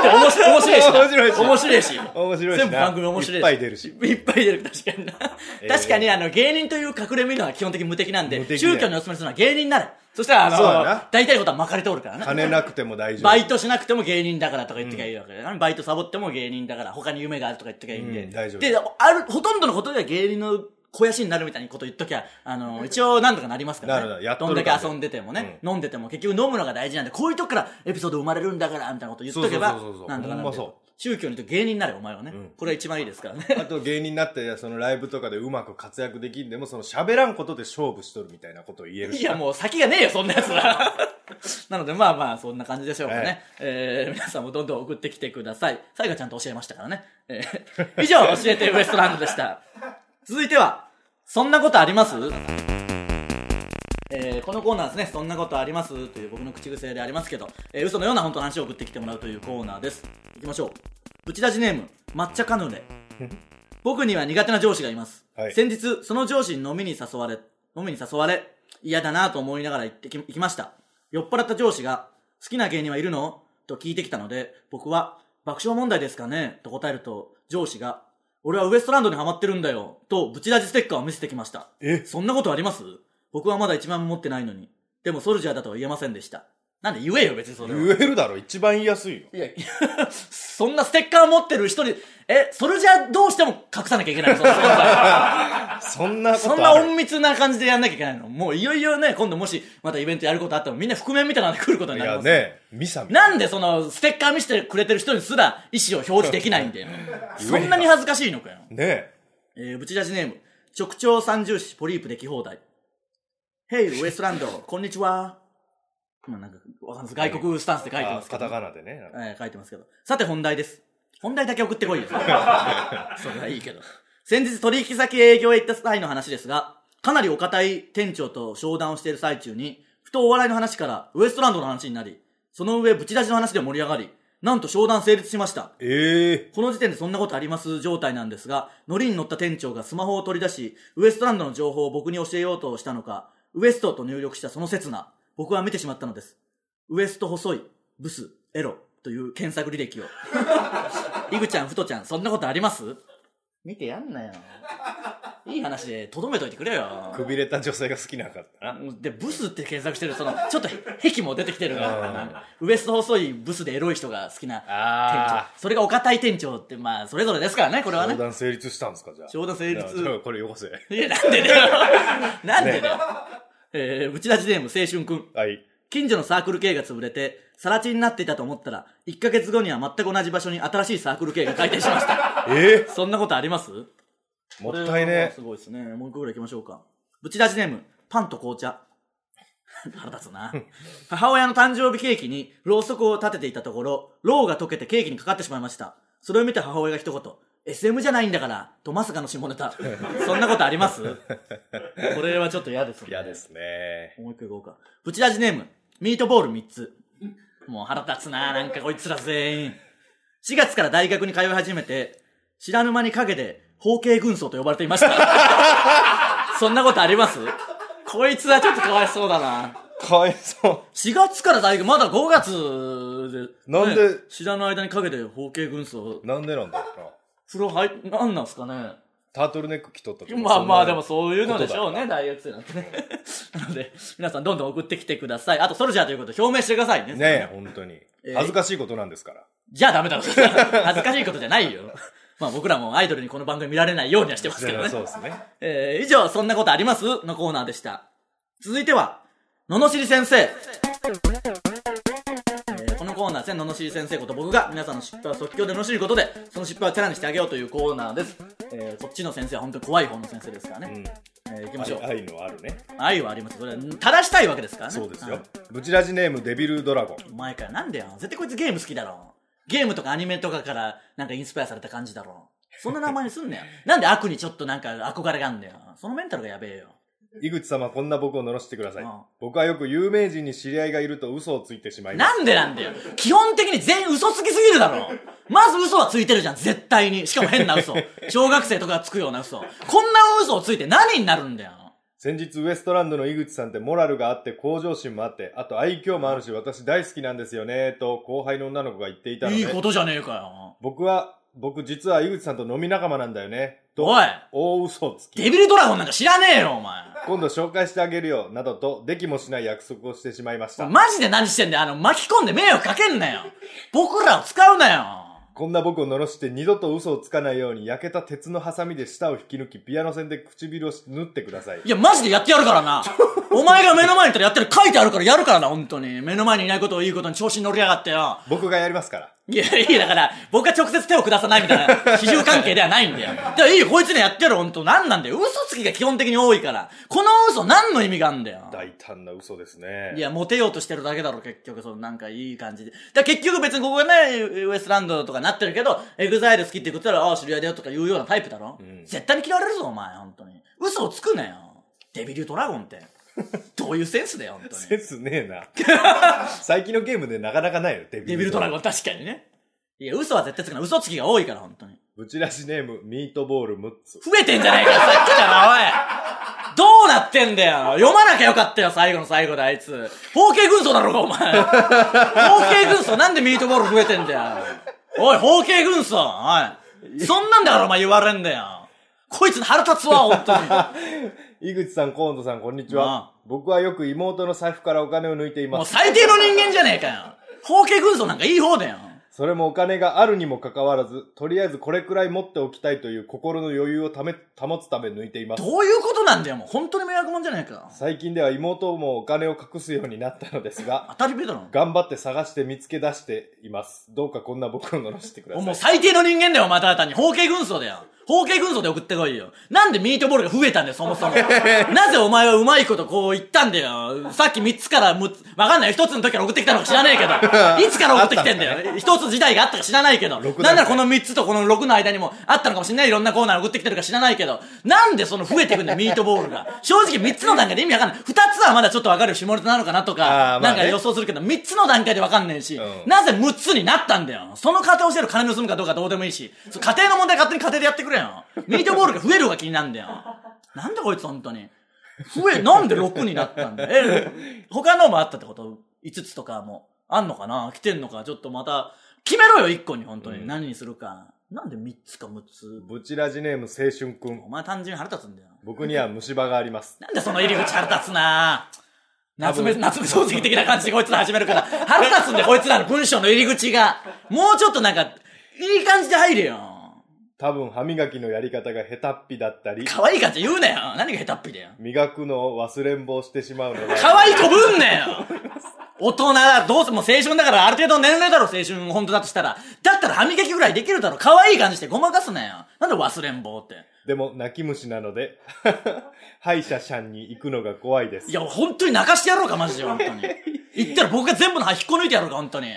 [SPEAKER 1] 面白い面白いしな。
[SPEAKER 2] 面白いし
[SPEAKER 1] 面白いし。
[SPEAKER 2] 面白いしな。
[SPEAKER 1] 全部番組面白いし
[SPEAKER 2] いっぱい出るし。
[SPEAKER 1] いっぱい出る、確かにな。
[SPEAKER 2] えー
[SPEAKER 1] 確かに、あの、芸人という隠れ身のは基本的に無敵なんで、
[SPEAKER 2] 無敵だよ
[SPEAKER 1] 宗教におすすめするのは芸人になれ。そしたら、
[SPEAKER 2] そうだ
[SPEAKER 1] あの
[SPEAKER 2] な、
[SPEAKER 1] 大体ことはまかれておるからな。
[SPEAKER 2] 金なくても大丈夫。
[SPEAKER 1] バイトしなくても芸人だからとか言ってきゃいいわけだよ、バイトサボっても芸人だから、他に夢があるとか言ってきゃいいんで。
[SPEAKER 2] うん大丈夫
[SPEAKER 1] で、ある、ほとんどのことでは芸人の肥やしになるみたいなこと言っときゃ、あの、一応なんとかなりますからね。
[SPEAKER 2] なるなるやっと
[SPEAKER 1] どん
[SPEAKER 2] る
[SPEAKER 1] だ
[SPEAKER 2] からね
[SPEAKER 1] け遊んでてもね、飲んでても結局飲むのが大事なんで、こういうとこからエピソード生まれるんだから、みたいなこと言っとけば
[SPEAKER 2] そうそうそうそ、う
[SPEAKER 1] なんとかなる
[SPEAKER 2] ほん
[SPEAKER 1] ん
[SPEAKER 2] ま
[SPEAKER 1] で
[SPEAKER 2] そ。
[SPEAKER 1] 宗教にとって芸人になれ、お前はね、
[SPEAKER 2] ん
[SPEAKER 1] これが一番いいですからね。
[SPEAKER 2] あと芸人になって、そのライブとかでうまく活躍できんでも、その喋らんことで勝負しとるみたいなことを言えるし。
[SPEAKER 1] いや、もう先がねえよ、そんなやつ は。なので、まあまあ、そんな感じでしょうかね。えー皆さんもどんどん送ってきてください。最後ちゃんと教えましたからね。えー以上、教えてウエストランドでした。続いては、そんなことありますえーこのコーナーですね、そんなことありますという僕の口癖でありますけど、えー嘘のような本当の話を送ってきてもらうというコーナーです。行きましょう。ブチラジネーム、抹茶カヌレ。僕には苦手な上司がいます、
[SPEAKER 2] はい
[SPEAKER 1] 先日その上司に飲みに誘われ飲みに誘われ嫌だなと思いながら行ってき行きました酔っ払った上司が「好きな芸人はいるの?」と聞いてきたので僕は「爆笑問題ですかね?」と答えると上司が「俺はウエストランドにハマってるんだよ」とブチラジステッカーを見せてきました
[SPEAKER 2] え
[SPEAKER 1] そんなことあります僕はまだ一万も持ってないのにでもソルジャーだとは言えませんでしたなんで言えよ別にそれは
[SPEAKER 2] 言えるだろ、一番言いやすいよ。
[SPEAKER 1] いや、 そんなステッカー持ってる人に、え、それじゃどうしても隠さなきゃいけないのその存在
[SPEAKER 2] そんなこと
[SPEAKER 1] そんな
[SPEAKER 2] ある
[SPEAKER 1] 隠密な感じでやんなきゃいけないのもういよいよね、今度もしまたイベントやることあったらみんな覆面みたいなので来ることに
[SPEAKER 2] い
[SPEAKER 1] なり
[SPEAKER 2] や
[SPEAKER 1] ます。
[SPEAKER 2] ね、ミサミ。
[SPEAKER 1] なんでそのステッカー見せてくれてる人にすら意思を表示できないんだよ。そんなに恥ずかしいのかよ。
[SPEAKER 2] ね
[SPEAKER 1] えー、ぶち出しネーム、直腸三重視ポリープでき放題。Hey, ウエストランド、こんにちは。まあなんか、わかんないです。外国スタンスで書いて
[SPEAKER 2] あ
[SPEAKER 1] ますけ
[SPEAKER 2] カ
[SPEAKER 1] ど
[SPEAKER 2] タカナでね。
[SPEAKER 1] えー書いてますけど。さて本題です。本題だけ送ってこい よ。それはいいけど。先日取引先営業へ行った際の話ですが、かなりお堅い店長と商談をしている最中に、ふとお笑いの話からウエストランドの話になり、その上ブチ出しの話で盛り上がり、なんと商談成立しました。
[SPEAKER 2] ええ
[SPEAKER 1] この時点でそんなことあります状態なんですが、ノリに乗った店長がスマホを取り出し、ウエストランドの情報を僕に教えようとしたのか、ウエストと入力したその刹那、僕は見てしまったのです。ウエスト細い、ブス、エロという検索履歴 を。イグちゃん、フトちゃん、そんなことあります見てやんなよ。いい話で、とどめといてくれよ。
[SPEAKER 2] くびれた女性が好きなかったな。
[SPEAKER 1] で、ブスって検索してる、その、ちょっと、癖も出てきてるが、ウエスト細いブスでエロい人が好きな店
[SPEAKER 2] あ
[SPEAKER 1] 長。それがお堅い店長って、まあ、それぞれですからね、これは
[SPEAKER 2] あ。
[SPEAKER 1] ね
[SPEAKER 2] 商。談成立したんですか、じゃあ。
[SPEAKER 1] 商談成立
[SPEAKER 2] じゃあこれよこせ。
[SPEAKER 1] いや、なんでだよ。なんでだよ。えー、ぶち出しネーム、青春くん。
[SPEAKER 2] はい。
[SPEAKER 1] 近所のサークル系が潰れて、さら地になっていたと思ったら、1ヶ月後には全く同じ場所に新しいサークル系が開店しました。
[SPEAKER 2] ええ
[SPEAKER 1] そんなことあります
[SPEAKER 2] もったいね
[SPEAKER 1] すごいですね。もう一個ぐらい行きましょうか。ぶち出しネーム、パンと紅茶。 腹立つな。母親の誕生日ケーキにろうそくを立てていたところ、ろうが溶けてケーキにかかってしまいました。それを見た母親が一言、SM じゃないんだから、とまさかの下ネタ。そんなことあり ますこれはちょっと嫌ですね。
[SPEAKER 2] 嫌ですね。
[SPEAKER 1] もう一個いこうか。ブチラジネーム、ミートボール3つ。もう腹立つななんかこいつら全員。4月から大学に通い始めて、知らぬ間に陰で、包茎軍曹と呼ばれていました。 そんなことありますこいつはちょっとかわいそうだな。
[SPEAKER 2] かわいそ
[SPEAKER 1] 4月から大学、まだ5月で。
[SPEAKER 2] なんで
[SPEAKER 1] ね知らぬ間にかけて包茎軍曹
[SPEAKER 2] う。。なんでなんだろうな。
[SPEAKER 1] 風呂入、なんなんすかね。
[SPEAKER 2] タートルネック着とったとか
[SPEAKER 1] まあまあでも
[SPEAKER 2] そ
[SPEAKER 1] そういうのでしょう
[SPEAKER 2] こ
[SPEAKER 1] ね、大学生なんてね。 なので、皆さんどんどん送ってきてください。あと、ソルジャーということを表明してくださいね。
[SPEAKER 2] んなねえ、本当に
[SPEAKER 1] えー。
[SPEAKER 2] 恥ずかしいことなんですから。
[SPEAKER 1] じゃあダメだろ。 恥ずかしいことじゃないよ。まあ僕らもアイドルにこの番組見られないようにはしてますけどね。
[SPEAKER 2] そうですね。
[SPEAKER 1] えー以上、そんなことありますのコーナーでした。続いては、ののしり先生。えーこのコーナーですね、ののしり先生こと僕が皆さんの失敗を即興でののしることで、その失敗をチャラにしてあげようというコーナーです。えーこっちの先生は本当に怖い方の先生ですから
[SPEAKER 2] う
[SPEAKER 1] ね。
[SPEAKER 2] ん。
[SPEAKER 1] えー行きましょう。
[SPEAKER 2] 愛愛のあるね。
[SPEAKER 1] 愛はありますよそれは正したいわけですからね
[SPEAKER 2] そうですよ
[SPEAKER 1] ん。
[SPEAKER 2] ブチラジネームデビルドラゴン。
[SPEAKER 1] お前からなんでよ絶対こいつゲーム好きだろゲームとかアニメとかからなんかインスパイアされた感じだろそんな名前にすん なよなんで悪にちょっとなんか憧れがあんだよそのメンタルがやべえよ
[SPEAKER 2] 井口様、こんな僕を罵してください
[SPEAKER 1] うん。
[SPEAKER 2] 僕はよく有名人に知り合いがいると嘘をついてしまいます。
[SPEAKER 1] なんでなんだよ基本的に全員嘘つきすぎるだろまず嘘はついてるじゃん絶対にしかも変な 嘘小学生とかがつくような嘘こんな嘘をついて何になるんだよ
[SPEAKER 2] 先日ウエストランドの井口さんってモラルがあって向上心もあってあと愛嬌もあるし私大好きなんですよねと後輩の女の子が言っていたの
[SPEAKER 1] いいこ
[SPEAKER 2] で
[SPEAKER 1] とじゃねえかよ
[SPEAKER 2] 僕は僕実は井口さんと飲み仲間なんだよねと
[SPEAKER 1] おい
[SPEAKER 2] 大嘘をつき
[SPEAKER 1] デビルドラゴンなんか知らねえよお前
[SPEAKER 2] 今度紹介してあげるよなどとできもしない約束をしてしまいました
[SPEAKER 1] マジで何してんだよ。あの、巻き込んで迷惑かけんなよ。僕らを使うなよ。
[SPEAKER 2] こんな僕を罵して二度と嘘をつかないように焼けた鉄のハサミで舌を引き抜きピアノ線で唇を縫ってください
[SPEAKER 1] いや、マジでやってやるからな。お前が目の前にいたらやってる、書いてあるからやるからな、本当に。目の前にいないことを言うことに調子に乗りやがってよ。
[SPEAKER 2] 僕がやりますから
[SPEAKER 1] いや、いや、だから、僕が直接手を下さないみたいな、比重関係ではないんだよ。だからいいよ、こいつにやってやる、本当なんなんだよ。嘘つきが基本的に多いから。この嘘何の意味があんだよ。
[SPEAKER 2] 大胆な嘘ですね
[SPEAKER 1] いや、モテようとしてるだけだろ、結局、その、なんかいい感じで。だ結局別にここがね、ウウエストランドとかなってるけど、エグザイル好きって言ったら、ああ、知り合いだよとか言うようなタイプだろ、
[SPEAKER 2] ん
[SPEAKER 1] 絶対に嫌われるぞ、お前、本当に。嘘をつくなよ。デビルドラゴンって。 どういうセンスだよ、本当
[SPEAKER 2] セ
[SPEAKER 1] に。
[SPEAKER 2] ンスねえな最近のゲームでなかなかないよデ
[SPEAKER 1] デビルドラゴン、確かにね。いや、嘘は絶対つくな。嘘つきが多いから、本当に。
[SPEAKER 2] ブチラシネーム、ミートボール6つ。
[SPEAKER 1] 増えてんじゃないかよ、さっきから、おい。どうなってんだよ。読まなきゃよかったよ、最後の最後で、あいつ。包茎軍曹だろうが、お前。包茎軍曹、なんでミートボール増えてんだよ。おい、包茎軍曹、おい。そんなんだから、お前言われんだよ。こいつ腹立つわ、本当に。
[SPEAKER 2] 井口さん、河野さん、こんにちは。僕はよく妹の財布からお金を抜いてい
[SPEAKER 1] も
[SPEAKER 2] ま
[SPEAKER 1] う
[SPEAKER 2] す。
[SPEAKER 1] 最低の人間じゃねえかよ。包茎軍曹なんかいい方だよ。
[SPEAKER 2] それもお金があるにもかかわらず、とりあえずこれくらい持っておきたいという心の余裕をため、保つため抜いています。
[SPEAKER 1] どういうことなんだよ、もう。本当に迷惑者じゃねえか。
[SPEAKER 2] 最近では妹もお金を隠すようになったのですが、
[SPEAKER 1] 当たり前だろ。
[SPEAKER 2] 頑張って探して見つけ出しています。どうかこんな僕を乗らしてくだ
[SPEAKER 1] も
[SPEAKER 2] さ
[SPEAKER 1] う
[SPEAKER 2] い。
[SPEAKER 1] 最低の人間だよ、また単に。包茎軍曹だよ。包茎軍曹で送ってこいよ。なんでミートボールが増えたんだよ、そもそ も。なぜお前はうまいことこう言ったんだよ。さっき3つから6つ、わかんないよ、1つの時から送ってきたのか知らねえけ ど。いつから送ってきてんだよ。1つ時代があったか知らないけど。
[SPEAKER 2] 六
[SPEAKER 1] な
[SPEAKER 2] だ
[SPEAKER 1] んならこの3つとこの6の間にもあったのかもしれない。いろんなコーナー送ってきてるか知らないけど。なんでその増えてくんだよ、ミートボールが。正直3つの段階で意味わかんない。2つはまだちょっとわかる下ネタなのかなと
[SPEAKER 2] あ
[SPEAKER 1] か、
[SPEAKER 2] ーま
[SPEAKER 1] な
[SPEAKER 2] あ
[SPEAKER 1] ん
[SPEAKER 2] ね
[SPEAKER 1] か予想するけど、3つの段階でわかんねえし。
[SPEAKER 2] うん
[SPEAKER 1] なぜ6つになったんだよ。その過程をしてる金盗むかどうかどうでもいいし、そ家庭の問題勝手に家庭でやってくれよ。ミートボールが増える方が気になるんだよ。 なんでこいつ本当に。増え、なんで6になったんだよ。え、他のもあったってこと ?5 つとかも。あんのかな来てんのかちょっとまた、決めろよ、1個に本当に。
[SPEAKER 2] うん
[SPEAKER 1] 何にするか。なんで3つか6つ。
[SPEAKER 2] ブチラジネーム、青春くん
[SPEAKER 1] お。前単純に腹立つんだよ。
[SPEAKER 2] 僕には虫歯があります。
[SPEAKER 1] なんでその入り口腹立つな夏目、
[SPEAKER 2] 多分
[SPEAKER 1] 夏目漱石的な感じでこいつら始めるから、腹立つんでこいつらの文章の入り口が。もうちょっとなんか、いい感じで入れよ。
[SPEAKER 2] 多分歯磨きのやり方が下手っぴだったり、
[SPEAKER 1] 可愛い感じで言うなよ。何が下手っぴだよ。
[SPEAKER 2] 磨くのを忘れんぼうしてしまうので、
[SPEAKER 1] 可愛い子ぶんなよ大人だ、どうせもう青春だからある程度の年齢だろ、青春本当だとしたら。だったら歯磨きぐらいできるだろ。可愛い感じしてごまかすなよ。なんで忘れん坊って。
[SPEAKER 2] でも泣き虫なので、 歯医者さんに行くのが怖いです
[SPEAKER 1] い。や、本当に泣かしてやろうか、マジで、本 当に。言ったら僕が全部の歯引っこ抜いてやろうか、本当に。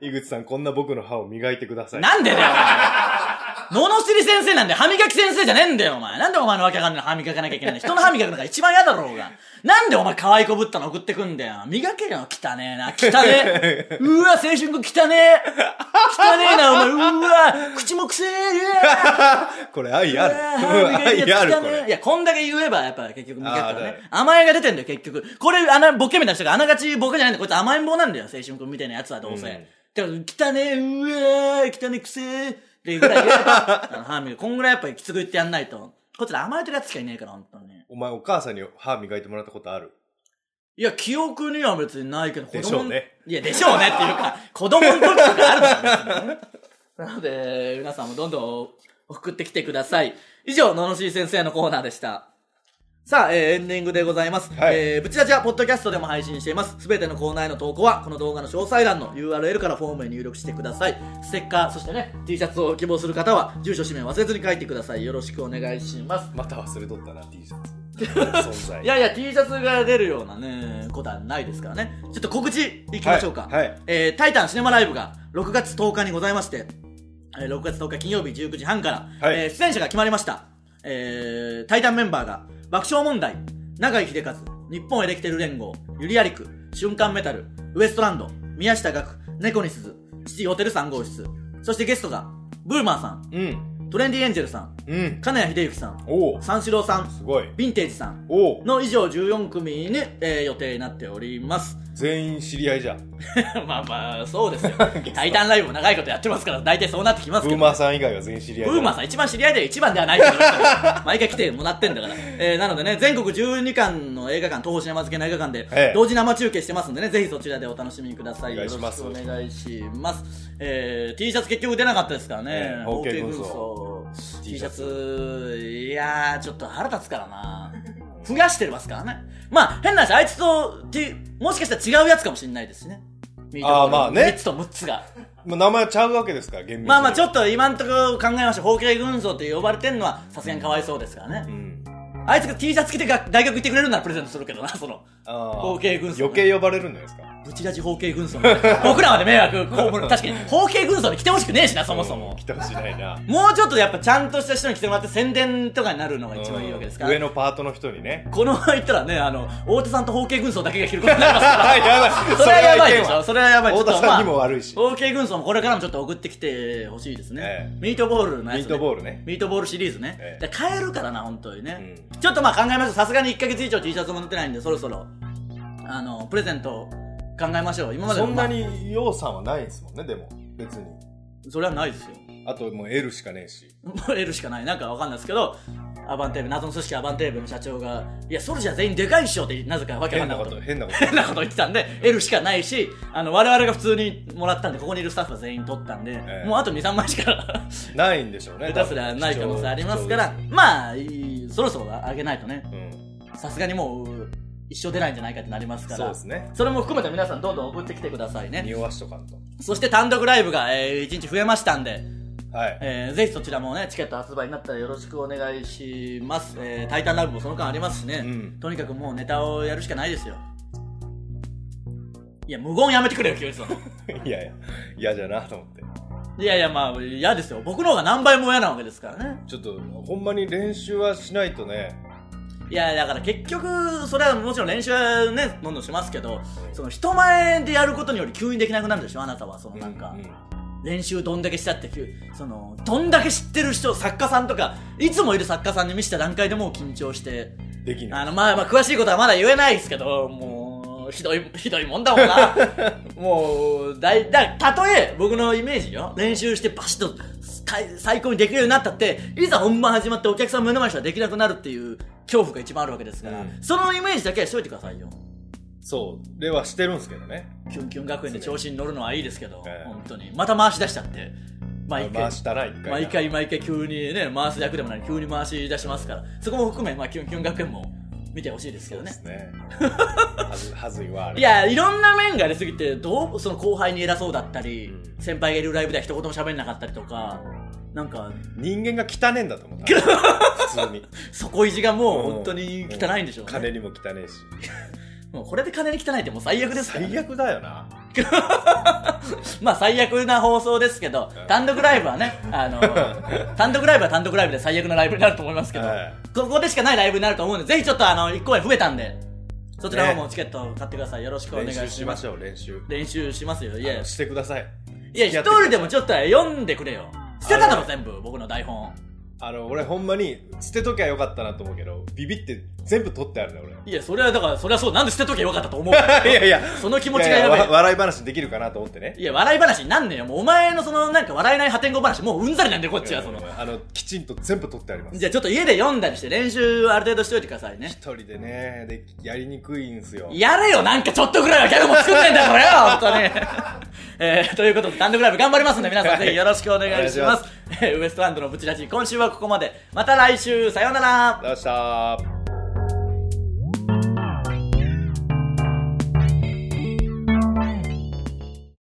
[SPEAKER 2] 井口さん、こんな僕の歯を磨いてください。
[SPEAKER 1] なんでだよお罵り先生なんで、歯磨き先生じゃねえんだよ、お前。なんでお前のわけわかんないの歯磨かなきゃいけないの人の歯磨くのが一番嫌だろうが。なんでお前可愛い子ぶったの送ってくんだよ。磨けよ、汚ねえな、汚ねえ。うわ、青春君汚ねえ。汚ねえな、お前。うわ、口もくせえ。うわ
[SPEAKER 2] これ 愛 ある。
[SPEAKER 1] うわ
[SPEAKER 2] 愛ある、こ
[SPEAKER 1] い
[SPEAKER 2] れ。
[SPEAKER 1] や、こんだけ言えば、やっぱ結局磨くから
[SPEAKER 2] あー
[SPEAKER 1] ね
[SPEAKER 2] だ。
[SPEAKER 1] 甘えが出てんだよ、結局。これ、あの、ボケみたいな人があながちボケじゃないんだよ。こいつ甘えん坊なんだよ、青春君みたいなやつはどうせ。
[SPEAKER 2] うん
[SPEAKER 1] てか、汚ねえ、うわー、汚ねえくせーっていうぐらい言えば、 あの、歯磨き、こんぐらいやっぱりきつく言ってやんないと。こいつら甘えてるやつしかいないから、ほんとに。
[SPEAKER 2] お前お母さんに歯磨いてもらったことある
[SPEAKER 1] いや、記憶には別にないけど、
[SPEAKER 2] でしょうね。
[SPEAKER 1] いや、でしょうねっていうか、 子供の時とかあるもんね。 なので、皆さんもどんどん送ってきてください。以上、ののしい先生のコーナーでした。さあ、えーエンディングでございます。
[SPEAKER 2] はい
[SPEAKER 1] えーぶちラジはポッドキャストでも配信しています。すべてのコーナーへの投稿は、この動画の詳細欄の URL からフォームへ入力してください。ステッカー、そしてね、T シャツを希望する方は、住所、氏名忘れずに書いてください。よろしくお願いします。
[SPEAKER 2] また忘れとったな、T シャツ。 存在。
[SPEAKER 1] いやいや、T シャツが出るようなね、ことはないですからね。ちょっと告知いきましょうか。
[SPEAKER 2] はいはい
[SPEAKER 1] えータイタンシネマライブが6月10日にございまして、えー6月10日金曜日19時半から、
[SPEAKER 2] はい
[SPEAKER 1] えー出演者が決まりました。えー、タイタンメンバーが、爆笑問題、永井秀和、日本エレキテル連合、ゆりやりく、瞬間メタル、ウエストランド、宮下岳、猫に鈴、父ホテル3号室、そしてゲストが、ブーマーさん、
[SPEAKER 2] うん。
[SPEAKER 1] トレンディエンジェルさん、
[SPEAKER 2] うん。
[SPEAKER 1] 金谷秀幸さん、
[SPEAKER 2] おお。す
[SPEAKER 1] 三四郎さん、
[SPEAKER 2] ごい。
[SPEAKER 1] ヴィンテージさん、
[SPEAKER 2] おお。
[SPEAKER 1] の以上14組に、えー予定になっております。
[SPEAKER 2] 全員知り合いじゃん。
[SPEAKER 1] まあまあ、そうですよ。タイタンライブも長いことやってますから、大体そうなってきます
[SPEAKER 2] ブ
[SPEAKER 1] けど。
[SPEAKER 2] ーマーさん以外は全員知り合い
[SPEAKER 1] ブーマー
[SPEAKER 2] ー
[SPEAKER 1] さん一番知り合いで一番ではないけど毎回来てもらってんだから。えーなのでね、全国12巻の映画館、東宝シネマ漬けの映画館で、
[SPEAKER 2] ええ
[SPEAKER 1] 同時生中継してますんでね、ぜひそちらでお楽しみください。
[SPEAKER 2] お
[SPEAKER 1] よろ
[SPEAKER 2] 願い
[SPEAKER 1] し
[SPEAKER 2] します
[SPEAKER 1] くお願いします。えー T シャツ結局出なかったですからね
[SPEAKER 2] え。え OK 軍
[SPEAKER 1] 曹
[SPEAKER 2] 曹。
[SPEAKER 1] T
[SPEAKER 2] T
[SPEAKER 1] シ
[SPEAKER 2] シ
[SPEAKER 1] ャ
[SPEAKER 2] ャ
[SPEAKER 1] ツ、いやー、ちょっと腹立つからな。増やしてますからね。まあ、変な話、あいつと、T、もしかしたら違うやつかもしれないですね。
[SPEAKER 2] あーまあね
[SPEAKER 1] 3つと6つが。
[SPEAKER 2] さん。名前ちゃうわけですから、厳密 に
[SPEAKER 1] まあまあちょっと今んとこ考えましょう。包茎軍曹って呼ばれてんのはさすがにかわいそうですから
[SPEAKER 2] う
[SPEAKER 1] ね。
[SPEAKER 2] ん。
[SPEAKER 1] あいつが T シャツ着てが大学行ってくれるならプレゼントするけどな、その、
[SPEAKER 2] あ
[SPEAKER 1] 後継軍曹
[SPEAKER 2] 余計呼ばれるんじゃないですか。
[SPEAKER 1] ブチラジ包茎軍曹。僕らまで迷惑被 る。確かに、包茎軍曹に来てほしくねえしな、そもそ
[SPEAKER 2] うん
[SPEAKER 1] も
[SPEAKER 2] 来。てほしないな。
[SPEAKER 1] もうちょっとやっぱちゃんとした人に来てもらって宣伝とかになるの が一番いいわけですから。
[SPEAKER 2] 上のパートの人 にね。
[SPEAKER 1] このまま言ったらね、あの、太田さんと包茎軍曹だけが着ることになりますから。
[SPEAKER 2] やばい。
[SPEAKER 1] それはやばいでし
[SPEAKER 2] そ
[SPEAKER 1] ょ。
[SPEAKER 2] れは
[SPEAKER 1] それはやばい。
[SPEAKER 2] 太田
[SPEAKER 1] ちょっとま
[SPEAKER 2] さ
[SPEAKER 1] あ
[SPEAKER 2] んにも悪いし。
[SPEAKER 1] OK 軍曹もこれからもちょっと送ってきてほしいですね、
[SPEAKER 2] ええ
[SPEAKER 1] ミートボールのやつ、ね、
[SPEAKER 2] ミートボールね
[SPEAKER 1] ミートボールシリーズね、
[SPEAKER 2] ええ
[SPEAKER 1] じゃあ買えるからな本当にね、ちょっとまあ考えましょうさすがに1ヶ月以上 T シャツも売ってないんでそろそろあのプレゼントを考えましょう今まで
[SPEAKER 2] そ
[SPEAKER 1] の
[SPEAKER 2] んな
[SPEAKER 1] ま
[SPEAKER 2] に洋さんはないですもんね、でも。別に。
[SPEAKER 1] あそれはないですよ
[SPEAKER 2] あともう L しかねえし。
[SPEAKER 1] もう得るしかないなんかわかんないですけどアバンテーブ謎の組織アバンテーブの社長が「いやソルジャー全員でかいっしょ」ってなぜかわけわか
[SPEAKER 2] 変
[SPEAKER 1] んな
[SPEAKER 2] ない
[SPEAKER 1] こ
[SPEAKER 2] ことと、変なこ
[SPEAKER 1] 変なこと言ってたんで、得るしかないし、あの、我々が普通にもらったんで、ここにいるスタッフは全員取ったんで、
[SPEAKER 2] ええ
[SPEAKER 1] もうあと2、3枚し か
[SPEAKER 2] と。ないんでしょうね。
[SPEAKER 1] 下手すりゃない可能性ありますから
[SPEAKER 2] 貴重、
[SPEAKER 1] まあ、いいそろそろ上げないとね、
[SPEAKER 2] です。うん。
[SPEAKER 1] さすがにもう、一生出ないんじゃないかってなりますから。
[SPEAKER 2] そうですね
[SPEAKER 1] それも含めて皆さんどんどん送ってきてくださいね。
[SPEAKER 2] 匂わしとかんと
[SPEAKER 1] そして単独ライブが、え1日増えましたんで、
[SPEAKER 2] はい
[SPEAKER 1] えーぜひそちらもね、チケット発売になったらよろしくお願いします。えータイタンライブもその間ありますしね、
[SPEAKER 2] うん
[SPEAKER 1] とにかくもうネタをやるしかないですよ。いや、無言やめてくれよ、清水さん。
[SPEAKER 2] いやいや嫌じゃなと思って
[SPEAKER 1] いやいや、まあ、嫌ですよ。僕の方が何倍も嫌なわけですからね。
[SPEAKER 2] ちょっとほんまに練習はしないとね
[SPEAKER 1] いやだから結局それはもちろん練習はねどんどんしますけどその人前でやることにより急にできなくなるでしょあなたはそのなんか、
[SPEAKER 2] う
[SPEAKER 1] 練習どんだけしたって急そのどんだけ知ってる人作家さんとかいつもいる作家さんに見せた段階でもう緊張して
[SPEAKER 2] んできな
[SPEAKER 1] あ
[SPEAKER 2] い
[SPEAKER 1] のまあまあ詳しいことはまだ言えないですけどもうひどいひどいもんだもんな もうだいだたとえ僕のイメージよ練習してバシッとかい最高にできるようになったっていざ本番始まってお客さん目の前したらできなくなるっていう恐怖が一番あるわけですから、
[SPEAKER 2] うん
[SPEAKER 1] そのイメージだけはしといてくださいよ
[SPEAKER 2] そうではしてるんですけどね
[SPEAKER 1] キュンキュン学園で調子に乗るのはいいですけど、
[SPEAKER 2] ええ
[SPEAKER 1] 本当にまた回し出しちゃって毎回
[SPEAKER 2] 回したら一回な
[SPEAKER 1] 毎回毎回急にね回す役でもない急に回し出しますからそこも含め、まあ、キュンキュン学園も見てほしいですけど
[SPEAKER 2] そう
[SPEAKER 1] ね
[SPEAKER 2] ですねはず はずいわあれ
[SPEAKER 1] いや、いろんな面がありすぎて、どう、その後輩に偉そうだったり、
[SPEAKER 2] うん
[SPEAKER 1] 先輩がいるライブでは一言も喋んなかったりとか、なんか、
[SPEAKER 2] 人間が汚ねえんだと思った 普通に
[SPEAKER 1] 底意地がもう本当に汚いんでしょうね。
[SPEAKER 2] 金にも汚ねえし
[SPEAKER 1] もうこれで金に汚いってもう最悪ですから、
[SPEAKER 2] 最悪だよな。
[SPEAKER 1] まあ最悪な放送ですけど、単独ライブ はね、あの、単独ライブは単独ライブで最悪のライブになると思いますけど、
[SPEAKER 2] はい
[SPEAKER 1] ここでしかないライブになると思うんで、ぜひちょっとあの、1公演増えたんで、そちらの方もチケットを買ってください。よろしくお願い
[SPEAKER 2] 練
[SPEAKER 1] しま
[SPEAKER 2] 習
[SPEAKER 1] す。
[SPEAKER 2] しましょう、練習。
[SPEAKER 1] 練習しますよ。い
[SPEAKER 2] あ
[SPEAKER 1] や
[SPEAKER 2] の、してください。
[SPEAKER 1] いや、一
[SPEAKER 2] 付き合って
[SPEAKER 1] 人でもちょっとは読んでくれよ。捨てただろ、全部、僕の台本。
[SPEAKER 2] あの、俺ほんまに捨てときゃよかったなと思うけど、ビビって全部取ってあるね、
[SPEAKER 1] いや、それはだから、それはそう、なんで捨てときゃよかったと思う
[SPEAKER 2] 俺。いやいや、
[SPEAKER 1] その気持ちがやばい
[SPEAKER 2] ややわ笑い話できるかなと思ってね。
[SPEAKER 1] いや、笑い話になんねえよ。もうお前のその、なんか笑えない破天荒話、もううんざりなんだよ、こっちは、その。
[SPEAKER 2] あの、きちんと全部取ってあります。
[SPEAKER 1] じゃあちょっと家で読んだりして練習ある程度しといてくださいね
[SPEAKER 2] 一。人でね、できやりにくいんすよ。
[SPEAKER 1] やれよなんかちょっとぐらいはギャグも作ってんだからよ本当に。 えー、ということで単独ライブ頑張りますんで皆さんぜひよろしくお願い します。えーウエストランドのブチラジ今週はここまで。また来週さようなら
[SPEAKER 2] どうした